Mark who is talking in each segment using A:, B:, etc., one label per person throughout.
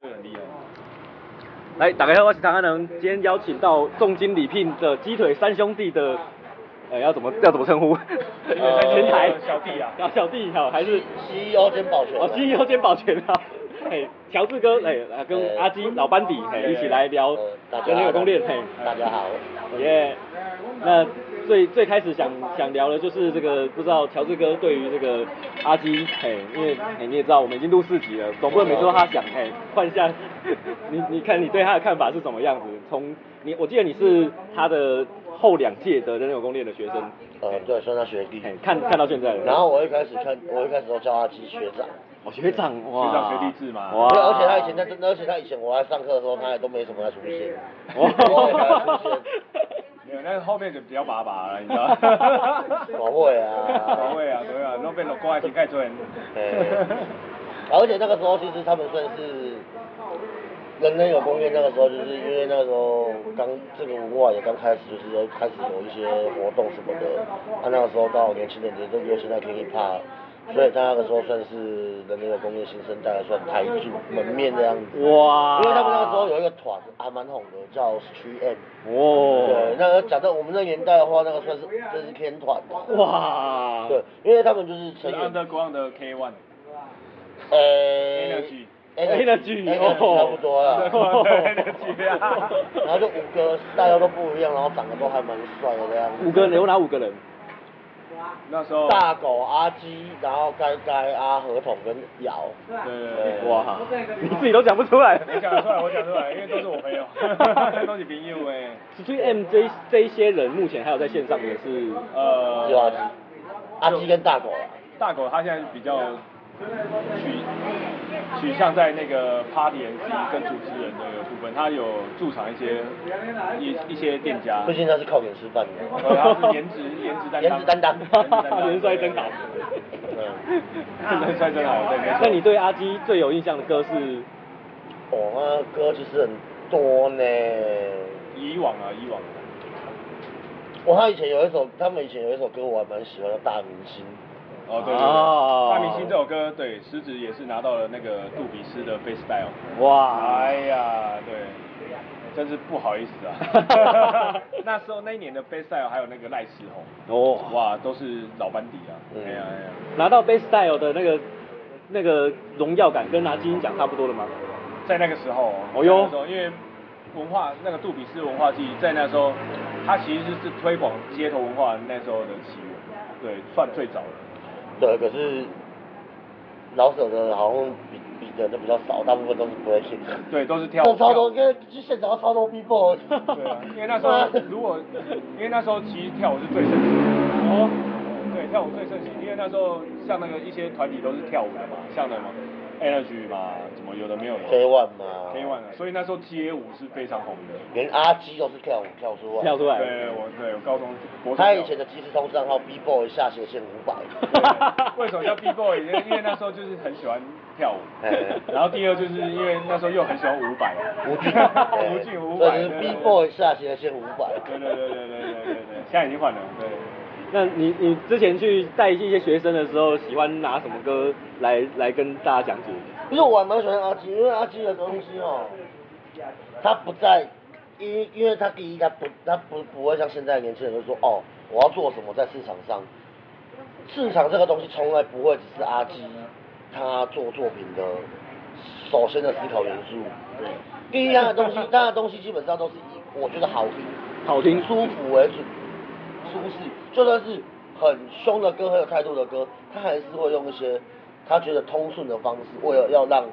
A: 很 厉害。
B: 来，打开好，我是唐安能，今天邀请到重金礼聘的鸡腿三兄弟的，呃，要怎么要怎么称呼？
A: 呃
B: 前台
A: 小弟啊
B: 小小弟好，还是
C: CEO 兼保全
B: 哦，CEO 兼保全 啊，哎，乔治哥，哎，来跟
C: 呃
B: 阿基老班底，哎，一起来聊
C: 呃大
B: 《
C: 家
B: 人类有攻略》，哎，
C: 大家好，
B: 耶、那最最开始想想聊的就是这个，不知道乔治哥对于这个阿基，嘿，因为嘿你也知道我们已经录四集了，总不能每次都他讲，嘿，换一下，你你看你对他的看法是什么样子？从你我记得你是他的后两届的人有攻略的学生，
C: 呃，对，算他学弟
B: 嘿，。看看到现在了，
C: 然后我一开始看，我一开始都叫他鸡学长。
B: 哦学长哇，
A: 学长学弟制嘛
B: 哇，
C: 对，而且他以前在，而且他以前我在上课的时候，他也都没什么在出现。
B: 哇
C: 我也没 出现。？
A: 没有，那后面就比较爸爸了，你知道
C: 不会啊
A: 不会啊，对啊，那边都过来挺盖准。
C: 嘿而且那个时候其实他们算是呃人类有攻略，那个时候就是因为那个时候刚这个文化也刚开始，就是有开始有一些活动什么的。他、那个时候刚好年轻人也都流行在听 hiphop，所以他那个时候算是人类有攻略新生代算台柱门面这样子。
B: 哇
C: 因为他们那个时候有一个团还蛮红的，叫 Street M。
B: 哦，
C: 对，那个讲到我们那年代的话，那个算是这是偏团的。
B: 哇，
C: 对，因为他们就是
A: 是
C: 成员
A: Underground 的 K One，
C: 呃
A: 哎 Energy
C: 哎
B: Energy，哦
C: 差不多了。
B: 哦
A: Energy 啊
C: 然后就五个，大家都不一样，然后长得都还蛮帅的这样。
B: 五个人，有哪五个人？
A: 那时候。
C: 大狗阿基，然后该该阿合同跟瑶。
A: 对对对。
B: 哇，你自己都讲不出来。
A: 我讲得出来，我讲得出来，因为都是我 朋友，都是朋 友哎。
B: 所以 M 这一这一些人目前还有在线上的是，
A: 呃
C: 就阿基，阿基跟大狗啊。
A: 大狗他现在比较取取向在那个 party MC 跟主持人的部分，他有驻场一些一一些店家，
C: 毕竟他是靠脸吃饭
A: 呃
C: 的。
A: 他是颜值颜值担当，
C: 颜值担当
A: 呃
B: 人帅真好。
C: 嗯。
A: 人帅真好，对，没错。
B: 那你对阿基最有印象的歌是？
C: 哦，那歌其实很多呢。
A: 以往啊，以往，
C: 我他以前有一首，他们以前有一首歌我还蛮喜欢的，《大明星》。
A: 哦对对对，
B: 哦
A: 大明星这首歌，对，狮子也是拿到了那个杜比斯的 freestyle。
B: 哇，
A: 哎呀，对，真是不好意思啊。 那时候那一年的 freestyle 还有那个赖世宏。
B: 哦哇，
A: 哇，都是老班底啊！
C: 嗯
A: 哎呀哎呀，
B: 拿到 Best Style 的那个那个荣耀感跟拿金鹰奖差不多了吗？
A: 在那个时候，
B: 哦哟
A: 那个时候因为文化那个杜比斯文化季，在那时候，它其实是推广街头文化那时候的起源，对，算最早的。
C: 对，可是老舍的好像比比的都比较少，大部分都是 breaking。
A: 对，都是跳
C: 这超多，
A: 跳
C: 因为去现场超多 people。
A: 对啊，因为那时 候如果，因为那时候其实跳舞是最盛行的。哦。对，跳舞最盛行，因为那时候像那个一些团体都是跳舞的嘛，像什么 Energy 嘛，怎么有的没有的
C: K One 嘛
A: K One 啊，所以那时候街舞是非常红的。
C: 连阿基都是跳舞跳出来。
B: 跳出来。
A: 对，我对我高中国中
C: 他
A: 有
C: 以前的即时通账号 B boy 下斜线五 百。
A: 对 为什么叫 B boy？因为因为那时候就是很喜欢跳舞，
C: 哎
A: 然后第二就是因为那时候又很喜欢伍佰，
C: 吴俊，
A: 吴俊伍
C: 所
A: 佰
C: 以是
A: 对
C: B
A: 对对
C: boy 下斜线五百。
A: 对对对对对对对对，现在已经换了，对。
B: 那你你之前去带一些学生的时候，喜欢拿什么歌来来跟大家讲解？
C: 因为我还蛮喜欢阿基，因为阿基的东西哦，他不在，因因为他第一他不他不不会像现在的年轻人就说哦，我要做什么在市场上，市场这个东西从来不会只是阿基他做作品的首先的思考元素。第一样的东西，他的东西基本上都是以我觉得好听、
B: 好听
C: 舒服为主，舒适。就算是很凶的歌、很有态度的歌，他还是会用一些他觉得通顺的方式，为了要让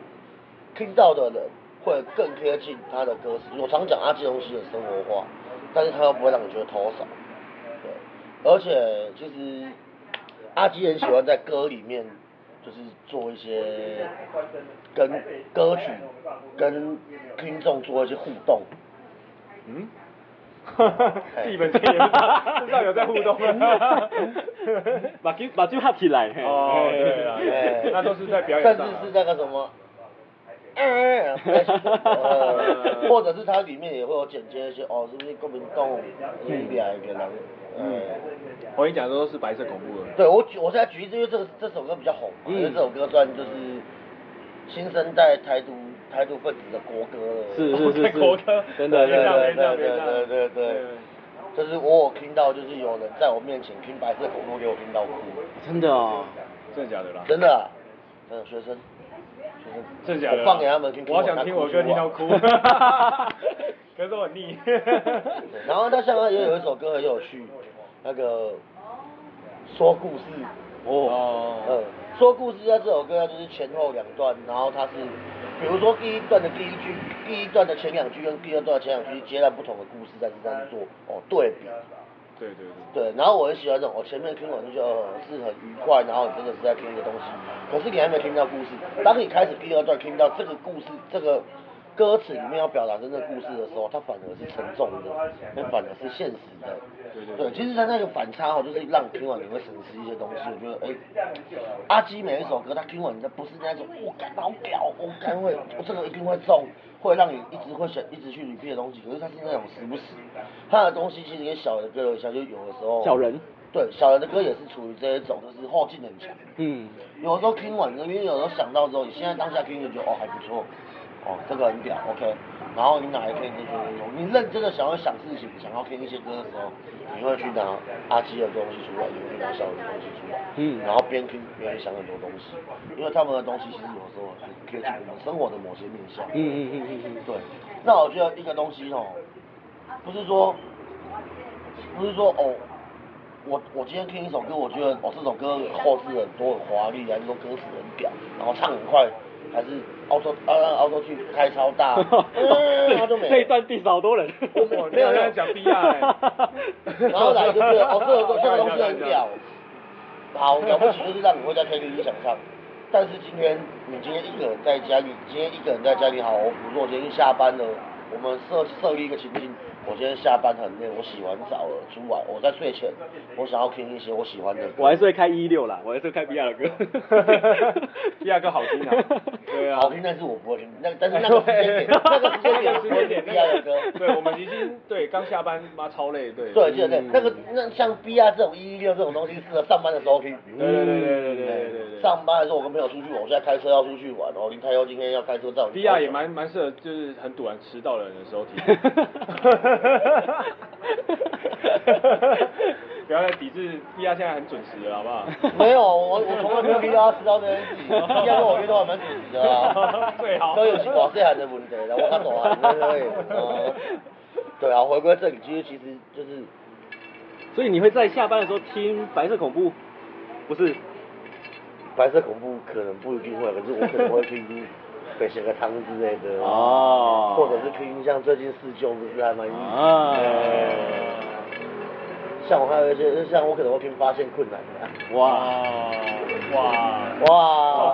C: 听到的人会更贴近他的歌词。我常讲阿基东西很生活化，但是他又不会让你觉得头少。对，而且其实阿基很喜欢在歌里面，就是做一些跟歌曲跟听众做一些互动。
A: 嗯， 自己本身也不知道，不知道有在互动吗？
B: 把酒把酒合起来。嘿
A: 哦，对啊，对
C: 哎
A: 那都是在表演上啊
C: 甚至是那个什么。嗯，呃或者是它里面也会有剪接一些哦，是不是国民党一两个人？嗯，
A: 我跟你讲，都是白色恐怖的。
C: 对我举我现在举例，因为这个这首歌比较红嘛，
B: 嗯
C: 因为这首歌算就是新生代台独台独分子的国歌了。
B: 是是是是
A: 国歌，
B: 真
C: 对
B: 的
C: 对
B: 真的
C: 对对对对对，就是我有听到，就是有人在我面前听白色恐怖给我听到哭，
B: 真的哦，
A: 真的假的啦？
C: 真的、啊，真的学生，学生，
A: 真的假的？
C: 我放给他们听，
A: 我好想听我哥听到哭
C: 他出来，
A: 可是我很腻。
C: 对然后他香港也有一首歌很有趣，那个说故事，
A: 哦
C: 呃，说故事在这首歌它就是前后两段，然后它是，比如说第一段的第一句，第一段的前两句跟第二段的前两句截然不同的故事，但是这样去做哦对比，
A: 对对对，
C: 对，然后我很喜欢这种，我前面听完就觉得、呃、是很愉快，然后你真的是在听一个东西，可是你还没听到故事。当你开始第二段听到这个故事，这个歌词里面要表达真正的故事的时候，它反而是沉重的，它反而是现实的。
A: 对对
C: 对，其实它那个反差哦，就是让你听完你会审视一些东西。我觉得，哎，阿基每一首歌，他听完你的不是那种，我感好屌，我感会，我这个一定会中，会让你一直会想一直去 repeat 的东西。可是他是那种时不时，他的东西其实跟小的歌有像，就有的时候
B: 小人，
C: 对小人的歌也是处于这一种，就是后劲很强。
B: 嗯，
C: 有的时候听完，因为有时候想到之后，你现在当下听就觉得哦还不错，哦这个很屌，OK。然后你哪一天就觉得有，你认真的想要想事情，想要听一些歌的时候，你会去拿阿基的东西出来，你会去拿小人的东西出来，
B: 嗯
C: 然后边听边想很多东西，因为他们的东西其实有时候很贴近我们生活的某些面向。
B: 嗯嗯嗯嗯嗯
C: 对，那我觉得一个东西哦，不是说，不是说哦，我我今天听一首歌，我觉得哦这首歌后置很多很华丽，还是说歌词很屌，然后唱很快，还是澳洲啊澳洲去开超大，
A: 啊
C: 嗯，然后就没了
B: 这一段地好多人，
A: 我没有在讲 BR 欸
C: 然后来就觉得哦，这个这个东西很屌，好了不起，就是让你会在 KTV 想唱。但是今天你今天一个人在家，你今天一个人在家里好，我不如我今天下班了，我们设设立一个情境，我今天下班很累，我洗完澡了，出来我在睡前，我想要听一些我喜欢的歌。
B: 我还是会开一六啦，我还是会开 BR 的 歌
A: BR 歌好听啊对啊
C: 好听，但是我不会听，那但是那个时
A: 哎
C: 间点，那个时间点，
A: 时
C: 我
A: 间
C: 点
A: 点，
C: 第二个歌。
A: 对，我们已经对刚下班，妈超累，对。
C: 对对对
B: 嗯，
C: 那个那像 B 啊这种一一六这种东西，适合上班的时候听。
A: 对对对对对对对对。
C: 上班的时候我跟朋友出去，我现在开车要出去玩，然后林太佑今天要开车载我去
A: B
C: 高雄。
A: R 也蛮蛮适合，就是很堵然迟到的人的时候听。不要再抵制 B R 现在很准时了，好不好？。
C: 没有，我我从来没有听到他迟到这件事情，应该跟我约都还蛮准时的啊
A: 最好
C: 都有是我这行的问题，然后他走啊，对对 嗯，对啊，回归正题，其实其实就是
B: 所以你会在下班的时候听白色恐怖，不是？
C: 白色恐怖可能不一定会，可是我可能会听 北斜个汤之类的
B: 哦
C: 啊或者是听像最近四舅不是还蛮哎
B: 啊
C: 像我还有一些，像我可能会听发现困难的，
B: 哇，
A: 哇
C: 哇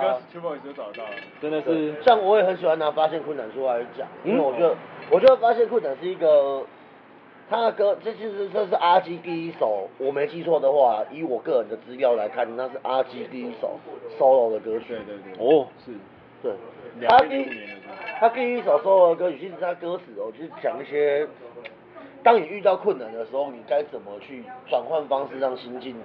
A: 这首歌 t r u e Boys 就找到了。
B: 真的是
C: 对像我也很喜欢拿发现困难出来讲，因为
B: 嗯
C: 我觉得，我觉得发现困难是一个，他的歌，这其实这是阿基第一首，我没记错的话，以我个人的资料来看，那是阿基第一首 solo 的歌曲。
A: 对对对。
B: 哦
A: 是。
C: 对，
A: 两
C: 他
A: 千
C: 第
A: 零五年的时候
C: 他第一首 solo 的歌曲，其实他歌词哦，就是讲一些，当你遇到困难的时候，你该怎么去转换方式，让心境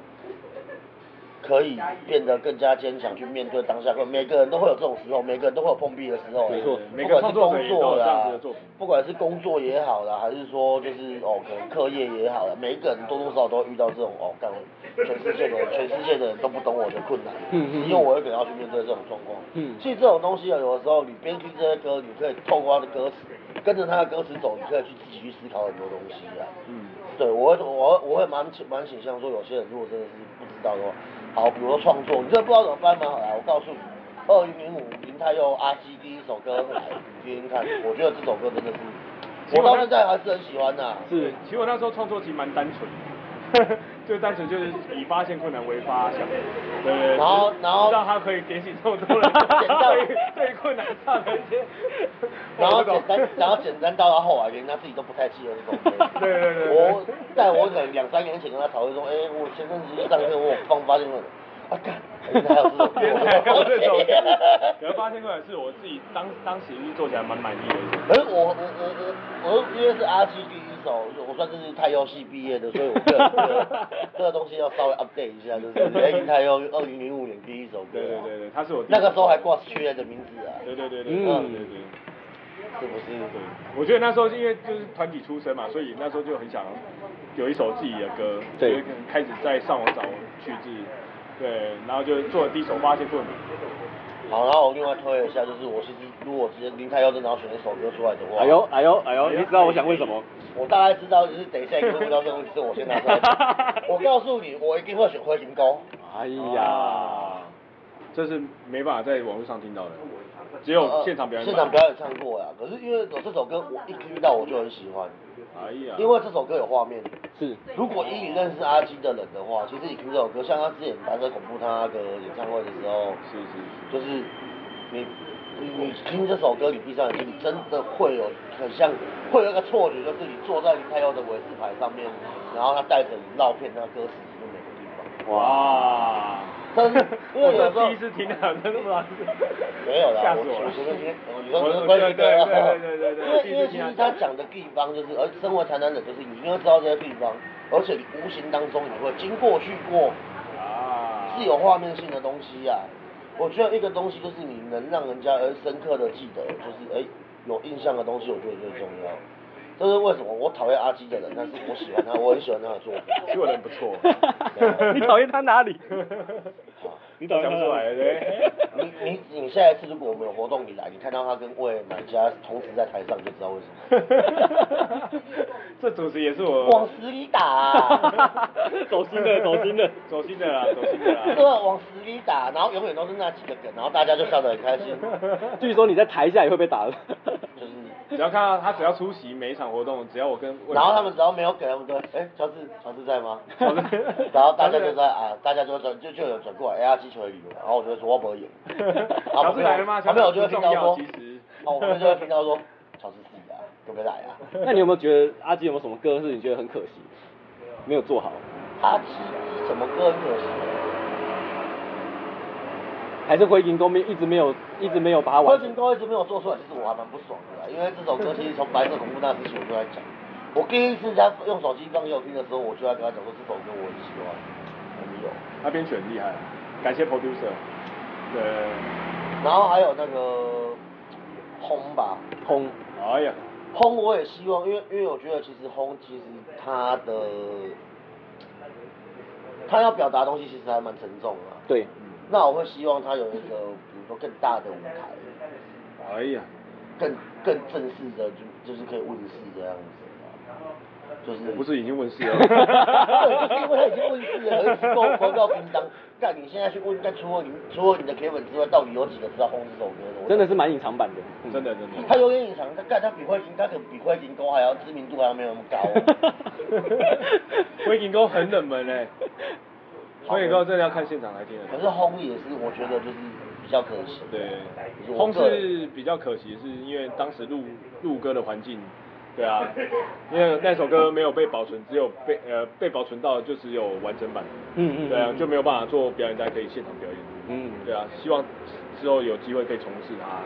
C: 可以变得更加坚强，去面对当下。每个人都会有这种时候，每个人都会有碰壁的时候。
B: 没错
A: 每
C: 不
A: 个
C: 管
A: 创
C: 是
A: 作者也都
C: 工
A: 有
C: 作
A: 这样
C: 啦
A: 子的作品，
C: 不管是工作也好啦，还是说就是哦，可能课业也好啦，每一个人多多少少都会遇到这种哦，干全世界的人，全世界的人都不懂我的困难，
B: 嗯嗯嗯
C: 因为我一个人要去面对这种状况。
B: 嗯
C: 其实这种东西啊，有的时候你边听这些歌，你可以透过他的歌词，跟着他的歌词走，你可以去自己去思考很多东西啊。
A: 嗯。
C: 对我会我会我会蛮倾蛮倾向说，有些人如果真的是不知道的话，好，比如说创作，你真的不知道怎么办吗？好来，我告诉你，二零零五林太佑阿基第一首歌来，你听听看，我觉得这首歌真的是，我到现在还是很喜欢呐、
A: 是，其实我那时候创作其实蛮单纯的， 就单纯就是以发现困难为发想，对对对
C: 然后
A: 就是
C: 然后
A: 让他可以点醒这么多 人
C: 简单
A: 对于对于困难上的一些，
C: 然后
A: 我不懂。
C: 简单，然后简单到他后来，连他自己都不太记得这首歌
A: 对对对对，
C: 我但我可能两三年前跟他讨论说，哎、我前阵子上课我有放发现了，啊干，原来还有这种
A: 原来还有这种，可 能八千块是我自己当当时就是做起来蛮满意的一种。
C: 可是我我我我我因为是阿基第一首，我算是太优系毕业的，所以我个人觉得这个东西要稍微 update 一下，就是哎林太优二零零五年第一首歌、
A: 对
C: 啊
A: 对对对，他是我第一
C: 那个时候还挂屈原的名字啊，
A: 对对对对，
B: 嗯
A: 嗯对对。
C: 是不是？
A: 对，我觉得那时候因为就是团体出身嘛，所以那时候就很想有一首自己的歌，
B: 对
A: 就是开始在上网找曲子，对，然后就做了第一首《八仙棍》，
C: 好，然后我另外推了一下，就是我其实如果直接林太优真的要选一首歌出来的话，
B: 哎呦哎呦哎呦，你知道我想问什么？
C: 我大概知道，就是等一下你问不到这个问题，是我先拿出 来讲。我告诉你，我一定会选灰熊沟。
B: 哎呀，
A: 这是没办法在网络上听到的，只有现场表演、
C: 呃现场表。演唱过呀。可是因为有这首歌，我一听到我就很喜欢，
A: 哎呀，
C: 因为这首歌有画面。
B: 是
C: 如果以你认识阿基的人的话，其实你听这首歌，像他之前白色恐怖他那个演唱会的时候，
A: 是是
C: 就是你你你听这首歌，你闭上眼睛，你真的会有很像会有一个错觉，就是你坐在林太佑的韦斯牌上面，然后他带着你绕遍那歌词的每个地方。
A: 是，哇，
C: 但是因为有时候
A: 我第一次听到，真的吗？
C: 没有啦，
A: 吓
C: 我
A: 死我了
C: 我觉得今天，我你说
A: 我我
C: 你
A: 对
C: 说关
A: 对
C: 于
A: 对
C: 歌
A: 对对对对，我第
C: 因
A: 一
C: 为因为
A: 次
C: 其
A: 听到
C: 实他讲的地方就是，而生活台南人就是你一定会知道这些地方，而且你无形当中你会经过去过，
A: 啊，
C: 是有画面性的东西啊。我觉得一个东西就是你能让人家呃深刻的记得，就是哎、有印象的东西，我觉得最重要。这是为什么我讨厌阿基的人，但是我喜欢他，我很喜欢他的作品。
A: 做的不错
B: 。你讨厌他哪里？你讨厌
A: 讲
B: 他
A: 不出
B: 哪
A: 来
B: 里
A: 对。
C: 你你你下一次如果我们有活动你来，你看到他跟魏买家同时在台上，你就知道为什么。
A: 这主持也是我
C: 往死里打、啊，
B: 走心的走心的，
A: 走心的啦，走心的
C: 对
A: 啦。
C: 啊，往死里打，然后永远都是那几个梗，然后大家就笑得很开心。
B: 据说你在台下也会被打的。
A: 只要看到他，只要出席每一场活动，只要我跟魏
C: 然后他们只要没有梗，他们就会哎，乔治，乔治在吗
A: 乔治？
C: 然后大家就在啊，大家就转就就有转过来，哎，阿基球的理由，然后我就会说我 不演。然后
A: 乔治来了吗
C: 后面我就会
A: 乔治不重
C: 听到
A: 要
C: 说
A: 其实，
C: 哦，我们就会听到说，乔治自己啊，有没有来啊？
B: 那你有没有觉得阿基有没有什么歌是你觉得很可惜的，没有做好？
C: 阿基什么歌很可惜？
B: 还是灰烬公面一直没有一直没有把它
C: 我
B: 完
C: 已
B: 成
C: 经？都一直没有做出来，其实我还蛮不爽的啦，因为这首歌其实从白色恐怖那时起我就在讲，我第一次在用手机放给我听的时候，我就在跟他讲说这首歌我很喜欢，我没有。
A: 那编曲很厉害，感谢 producer。对，
C: 然后还有那个轰吧，
B: 空
A: 哎呀，
C: 轰我也希望，因为因为我觉得其实轰其实他的他要表达的东西其实还蛮沉重的、啊，
B: 对，
C: 那我会希望他有一个比如说更大的舞台，
A: 哎呀，
C: 更更正式的就就是可以问世这样子啊、就是
A: 我不是已经问 世了
C: 对，就是因为他已经问世了，而且够回到平常。但你现在去问，但除了你除了你的铁粉之外，到底有几个知道《轰》这首歌的？我
B: 真的是蛮隐藏版的，嗯
A: 真的真的。
C: 他有点隐藏，他干他比慧琴，他可能比慧琴公还要知名度还要没有那么高、啊
A: 灰影沟很冷门哎，灰影沟真的要看现场来听的。
C: 可是轰也是，我觉得就是比较可惜。啊
A: 对，
C: 就是我
A: 轰
C: 个人
A: 是比较可惜，是因为当时录录歌的环境，对 啊，因为那首歌没有被保存，只有被呃被保存到就只有完整版，
B: 嗯嗯，
A: 对啊，就没
B: 有，
A: 有办法做表演在可以现场表演，
B: 嗯，
A: 对啊，希望之后有机会可以重置它。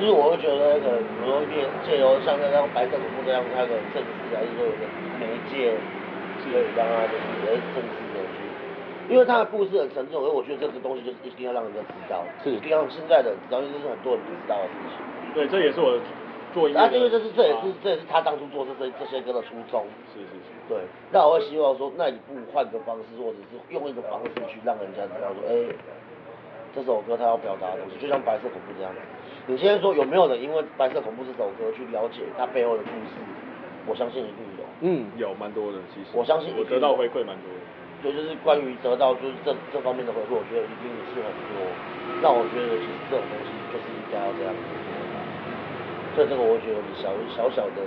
C: 就是我会觉得那个，比如说借借由像那样白色恐怖这样，它的正式啊还是说有个媒介，可以让它就是哎正式的去，因为它的故事很沉重，而我觉得这个东西就是一定要让人家知道，
B: 是
C: 一定要让现在的人知道，因为这是很多人不知道的事情。
A: 对，这也是我做音乐
C: 啊，
A: 的。
C: 因为这是这也是
A: 啊
C: 这也是他当初做这这这些歌的初衷。
A: 是是是，
C: 对，那我会希望说，那你不如换个方式，或者是用一个方式去让人家知道说，哎、这首歌它要表达的东西，就像《白色恐怖》这样子。你今天说有没有人因为《白色恐怖》这首歌去了解它背后的故事？我相信一定有。
B: 嗯，
A: 有蛮多的，其实
C: 我相信
A: 我得到回馈蛮多的。
C: 对，就是关于得到就是这这方面的回馈，我觉得一定是很多。那我觉得其实这种东西就是应该要这样子。所以这个我觉得小小小的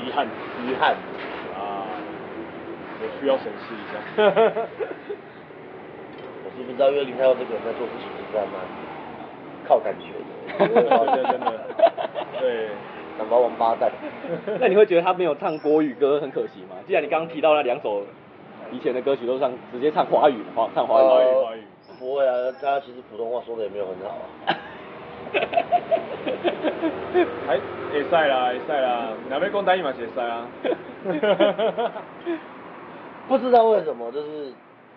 A: 遗憾
C: 遗憾。
A: 啊，我需要审视一 下。
C: 我是不知道，因为林太佑这个人在做事情是在蛮靠感觉的，
A: 真的真的，对。
C: 想把王八蛋。
B: 那你会觉得他没有唱国语歌很可惜吗？既然你刚刚提到那两首，以前的歌曲都唱直接唱华语嘛，哈，唱华语。
A: 华语
C: 呃
A: 华语
C: 不会啊，他其实普通话说的也没有很好啊。
A: 还会使啦，会使啦，若要讲台语嘛是会使啊。
C: 不知道为什么，就是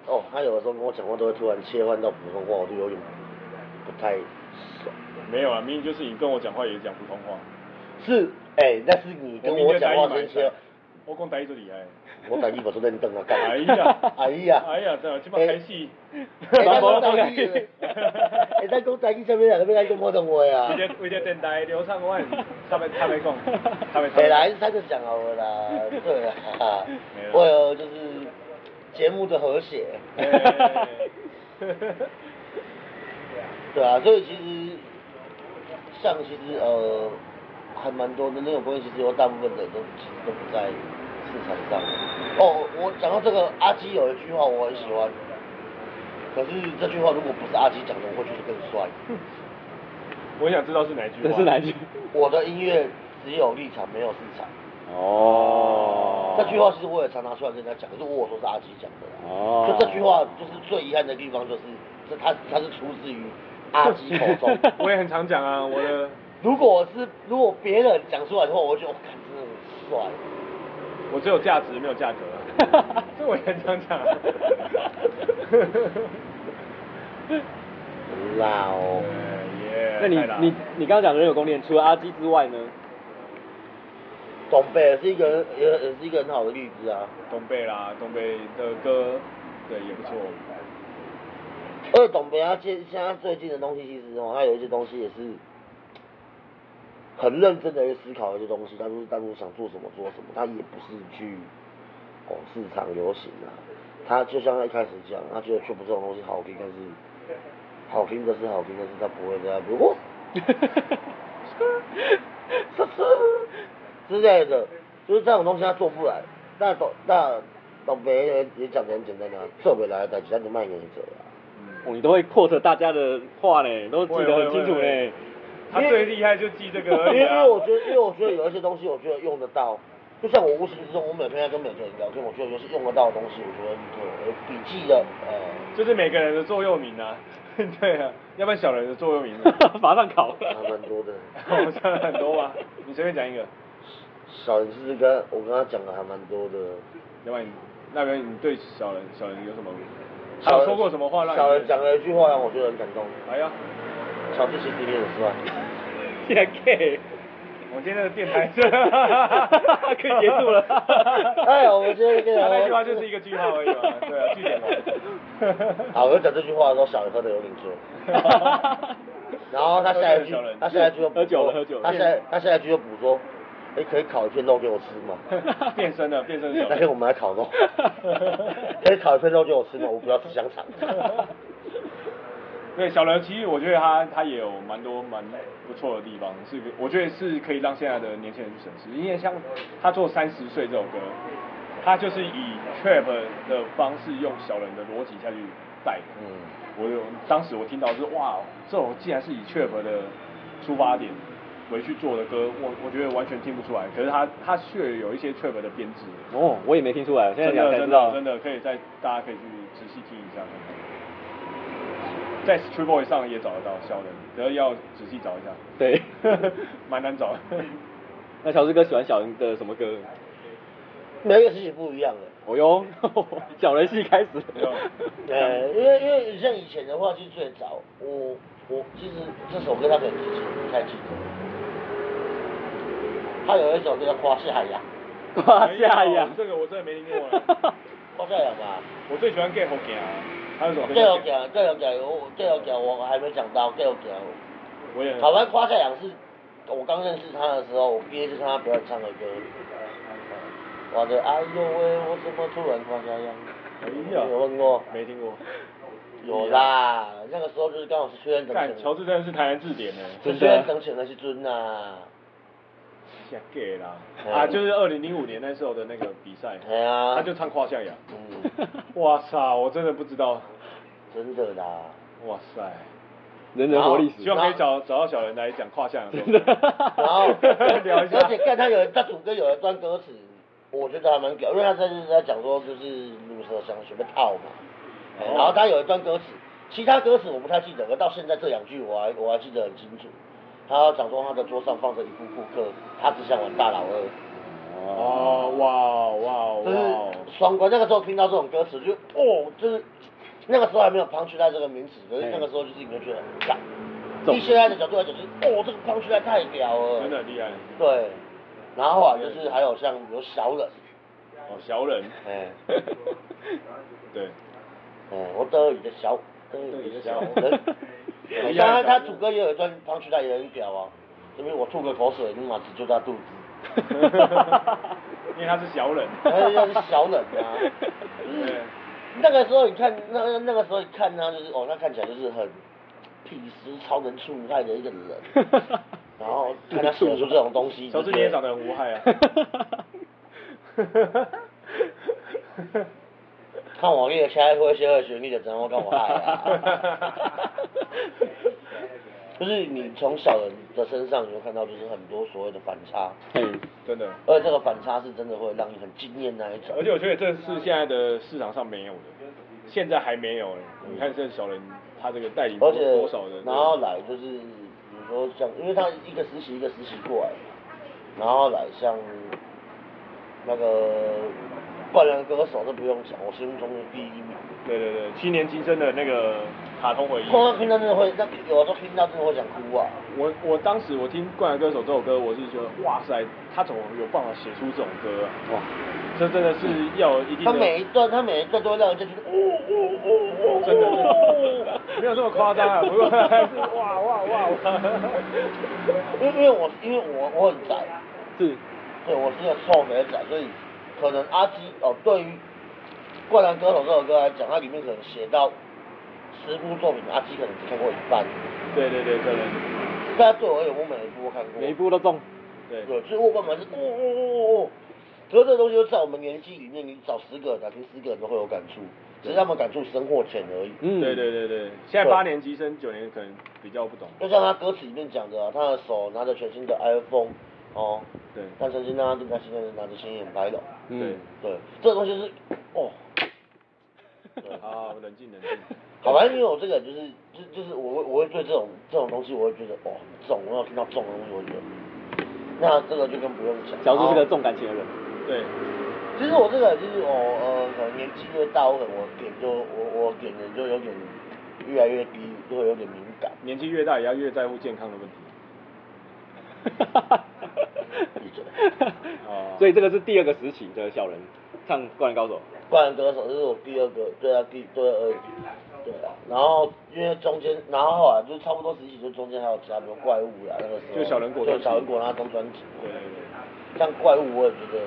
C: 哦，他有的时候跟我讲话都会突然切换到普通话，我就有点不太熟。
A: 没有啊，明明就是你跟我讲话也是讲普通话。
C: 是，哎、那是你跟我讲话先切。
A: 我讲台语就厉害。
C: 我打一把手电灯啊，干嘛？，
A: 哎呀
C: 哎呀，
A: 哎呀，真的，即摆开始，
C: 哎，咱讲台语的， 哎，咱讲台语，啥物人要来讲普通话
A: 为？
C: 啊
A: 了为了电台流畅，我他们他们讲，他们
C: 本来他就讲好了啦，对啦
A: 没，了
C: 为了就是节目的和谐， 对啊，所以其实像其实呃还蛮多的那种东西，其实有大部分的都其实都不在市场上。哦，我讲到这个，阿基有一句话我很喜欢，可是这句话如果不是阿基讲的，我会觉得更帅。
A: 我想知道是哪一句
B: 这
A: 话。
B: 是 哪一句？
C: 我的音乐只有立场，没有市场。
B: 哦
C: 这句话其实我也常拿出来跟人家讲，可是我说是阿基讲的啦。
B: 哦
C: 就这句话就是最遗憾的地方，就是这他他是出自于阿基口 中。
A: 我也很常讲啊，我的
C: 如果是如果别人讲出来的话，我就觉得哦我看真的很帅。
A: 我只有价值没有 价格啊，这我也很常讲啊。
C: 啦 哦，
A: 哎耶
B: 那你
A: 太辣了
B: 你你刚刚讲的人有攻练，除了阿基之外呢？
C: 董贝也是一个也也是一个很好的例子啊。
A: 东北啦，东北的歌，对也不错。
C: 而且董贝他现现在最近的东西，其实哦，他有一些东西也是很认真的去思考一些东西，他就是当初想做什么做什么，他也不是去哦市场流行啊，他就像他一开始讲，他觉得 trap 这种东西好听，但是好听的是好听，但是他不会这样，如果。
A: 嗯
C: 之类的，就是这种东西他做不来。那董那董北也也讲的很简单啊，做不来的代志，咱就卖给你做啊。
B: 哦，你都会 quote 大家的话呢，都记
A: 会
B: 得很清楚
A: 会会
B: 呢。
A: 他最厉害就记这个而 已
C: 因为因
A: 啊
C: 为我觉得，因为我觉得有一些东西，我觉得用得到。就像我无形之中，我每天在跟每个人聊天，我觉得有些用得到的东西，我觉得有笔记的，呃，
A: 就是每个人的座右铭啊， 对啊，要不然小人的座右铭啊，
B: 马上考。
C: 还蛮多的。
A: 我讲了很多啊，你随便讲一个，
C: 小人其实跟我跟他讲的还蛮多的。
A: 要不然你那边你对小人小人有什么？他有说过什么话让你？
C: 小人讲了一句话让我觉得很感动。
A: 哎呀，
C: 小提琴里面很 帅。
B: 也 gay。
A: 我今天的电 台
B: 可以结 束了
C: 哎我们今天这个
A: 他那句话就是一个句号而已嘛，对啊，句点嘛。
C: 好，我讲这句话的时候，小人喝的有点醉，
A: 嗯
C: 然后他下一句
A: 喝醉的小人，
C: 他下一句又补
B: 喝酒
C: 说
B: 了喝酒了
C: 他下他下一句又补说，哎，可以烤一片肉给我吃吗？
A: 变身了，变身了小
C: 那天我
A: 人。
C: 们来烤肉，可以烤一片肉给我吃吗？我不要吃香 肠。
A: 对小人，其实我觉得他他也有蛮多蛮不错的地方，是个我觉得是可以让现在的年轻人去审视，因为像他做《三十岁》这首歌，他就是以 trap 的方式用小人的逻辑下去带。
C: 嗯，
A: 我有当时我听到是哇，这种既然是以 trap 的出发点回去做的歌，我我觉得完全听不出来，可是他他却有一些 trap 的编制。
B: 哦，我也没听出来，我现在
A: 真
B: 讲
A: 的
B: 才
A: 真
B: 知道。
A: 的真的可以在大家可以去仔细听一下看看，在 Street Boy 上也找得到小人，只要要仔细找一下，
B: 对。
A: 蛮难找的。
B: 那乔治哥喜欢小人的什么歌？
C: 每个事情不一样的。
B: 哦哟， 小人戏开始
A: 没有
B: 了。
A: 哎
C: 呃，因为因为像以前的话，就是最早我我其实这首歌他可能之前不太记得，他有一首歌叫《花下呀
B: 哇下
A: 哎
B: 呀
A: 呦，这个我真的没听过。》，啊
C: 花下呀吧。
A: 我最喜欢 Get 后 g 啊，还有什么？
C: 各有讲，各有讲，我各有讲，我还没讲到各有讲。
A: 我也很
C: 台湾夸下阳是，我刚认识他的时候，我第一次看他表演唱的歌，我的哎呦喂，我怎么突然夸下阳？
A: 哎呀
C: 有问过？
A: 没听过。
C: 有啦，那个时候就是刚好是崔元
A: 干，乔
C: 等
A: 治真的是台南字典呢。
C: 钱，
B: 真
C: 崔
B: 的
A: 啊
C: 元等钱的是尊啊呐，
A: 下 gay 啦，
C: 嗯
A: 啊，就是二零零五年那时候的那个比赛，
C: 哎呀，
A: 他就唱胯下呀。
C: 嗯，
A: 哇操，我真的不知道。
C: 真的啦，
A: 哇塞，
B: 人人活历史
A: 希。望可以找找到小人来讲胯下的时候。
C: 然后
A: 聊一下
C: 而且看他有人，他主歌有人专歌词，我觉得还蛮屌，因为他这是在讲说就是乳蛇想学被套嘛、
A: 哦
C: 哎然后他有一段歌词，其他歌词我不太记得，可到现在这两句我还我还记得很清楚。他讲说他的桌上放着一副扑克，他只想玩大老二。
A: 哦哇
C: 就
A: 哇哇！
C: 是双关。那个时候听到这种歌词，就哦，就是那个时候还没有 punch line 这个名词，可
A: 哎
C: 是那个时候就是你就觉得很干。
B: 重
C: 以现在的角度来讲，就是哦，这个 punch line 太屌了，
A: 真的很厉害
C: 对，然后啊，就是还有像有小冷，
A: 哦，小人。
C: 哎
A: 对。
C: 嗯，
A: 哎
C: 我得你的小，得你 的小冷。对当然，他主歌也有一段 punch line 也很屌啊，因为我吐个口水，你马直就到肚子。
A: 因为他是小人。。
C: 他要是小冷啊
A: 对。
C: 那个时候你看，那个那个时候你看他就是，哦，他看起来就是很痞实、超能处害的一 个人，然后看他写出这种东西，
A: 小志你也长得很无 害啊。
C: 看我那个现在会写二学历的，然后看我 害啊。就是你从小人的身上，你会看到就是很多所谓的反差，
B: 嘿，
A: 真的。
C: 而这个反差是真的会让你很惊艳那一种。
A: 而且我觉得这是现在的市场上没有的，现在还没有欸。你看这小人，他这个带领
C: 而
A: 多
C: 且
A: 多少人？
C: 然后来就是比如说像，因为他一个实习一个实习过来嘛，然后来像那个灌篮歌手都不用讲，我心目中的第一名。
A: 对对对，七年今生的那个卡通回忆。
C: 碰到听到真的会，那有时候听到真的会想哭啊。
A: 我我当时我听《灌篮歌手》这首歌，我是觉得哇塞，他怎么有办法写出这种歌、啊？哇，这真的是要有一定的
C: 他每一段，他每一段都会让人家觉得，哦哦哦哦，
A: 真的真
C: 哦
A: 的没有这么夸张啊，不过还是哇哇哇哇，
C: 因为因为我因为我我很宅，
B: 是，
C: 对，我是个臭美仔，所以可能阿基哦，对于《灌篮歌手》这首歌来讲，它里面可能写到十部作品，阿基可能只看过一半。
A: 对对对，可能
C: 但对我而言，我每一部都看过。
B: 每一部都中。
A: 对
C: 对，所以我干嘛是哦哦哦哦哦。可是这个东西就在我们年纪里面，你找十个人来听，十个人都会有感触，只是他们感触深或浅而已。
B: 嗯，
A: 对对对对，现在八年级生九年可能比较不懂，
C: 就像他歌词里面讲的、啊，他的手拿着全新的 iPhone，哦，
A: 对
C: 但曾经让他更开心的是拿着千眼白龙，
B: 嗯，
C: 对，这个东西是，哦，对
A: 好好冷静冷静，
C: 好吧，因为我这个人就是，就就是我会我会对这种这种东西，我会觉得哦，这种我要听到这种东西，我觉得，那这个就更不用讲。
B: 小猪是个
C: 重。
B: 重感情的人。
A: 对，
C: 其实我这个人就是我呃，可能年纪越大，我可能我点就我我点人就有点越来越低，就会有点敏感。
A: 年纪越大也要越在乎健康的问题，
C: 闭嘴
A: 哦
B: 所以这个是第二个时期的小人唱《灌篮高手》。
C: 灌篮歌手这是我第二个，对啊，第对二，对啊。然后因为中间，然后后来就差不多时期，就中间还有其他，比如怪物啦，那个时候
A: 就小人国
C: 对
A: 专辑
C: 小人国那张专辑，
A: 对对对。
C: 像怪物我也觉得。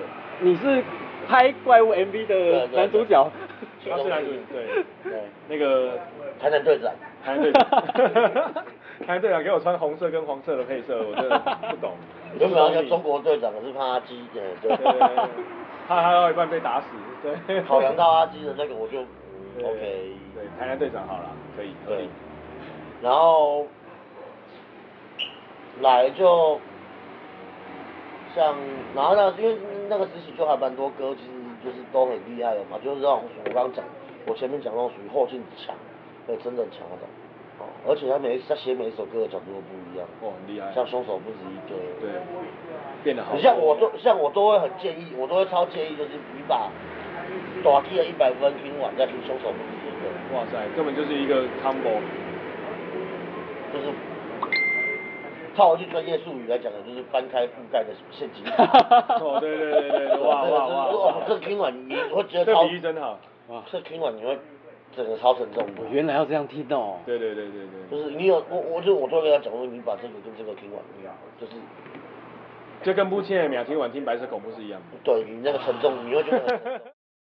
B: 你是拍怪物 MV 的男主 角。
A: 他是男主对
C: 对，
A: 那个
C: 台南队长，
A: 台南队长，台南队长给我穿红色跟黄色的配色，我真的不懂。
C: 原本要叫中国队长，可是怕呃阿基，对
A: 对对对对，他他到一半被打死，对，
C: 对，考量到阿基的那个，我就嗯
A: 对
C: OK，
A: 对，台南队长好了，可以可
C: 对
A: 以，，
C: 然后来就像，然后呢，因为那个时期就还蛮多歌，其实就是都很厉害的嘛，就是那种我刚讲，我前面讲那种属于后劲强，对，真的很强那种。哦，而且他每他写每一首歌的角度都不一样，
A: 哦，很厉害，
C: 像凶手不止一个，
A: 对，变得好。
C: 你像我都像我都会很建议，我都会超建议，就是你把短期的一百分听完再听凶手不止一个。
A: 哇塞，根本就是一个 combo，
C: 就是套一句专业术语来讲的，就是翻开覆盖的陷 阱。
A: 哦对对对对对 哇哇哇
C: 哦，这听完你会觉得
A: 这
C: 超，
A: 比喻真好，
B: 哇，
C: 这听完你会整个超沉重的
B: 我。原来要这样听哦。
A: 对对对对对，
C: 就是你有我，我就我都会跟他讲说，你把这个跟这个听完，你就是
A: 就跟不切的秒听完听白色恐怖是一样的。
C: 对你那个沉重，你会觉得很沉重。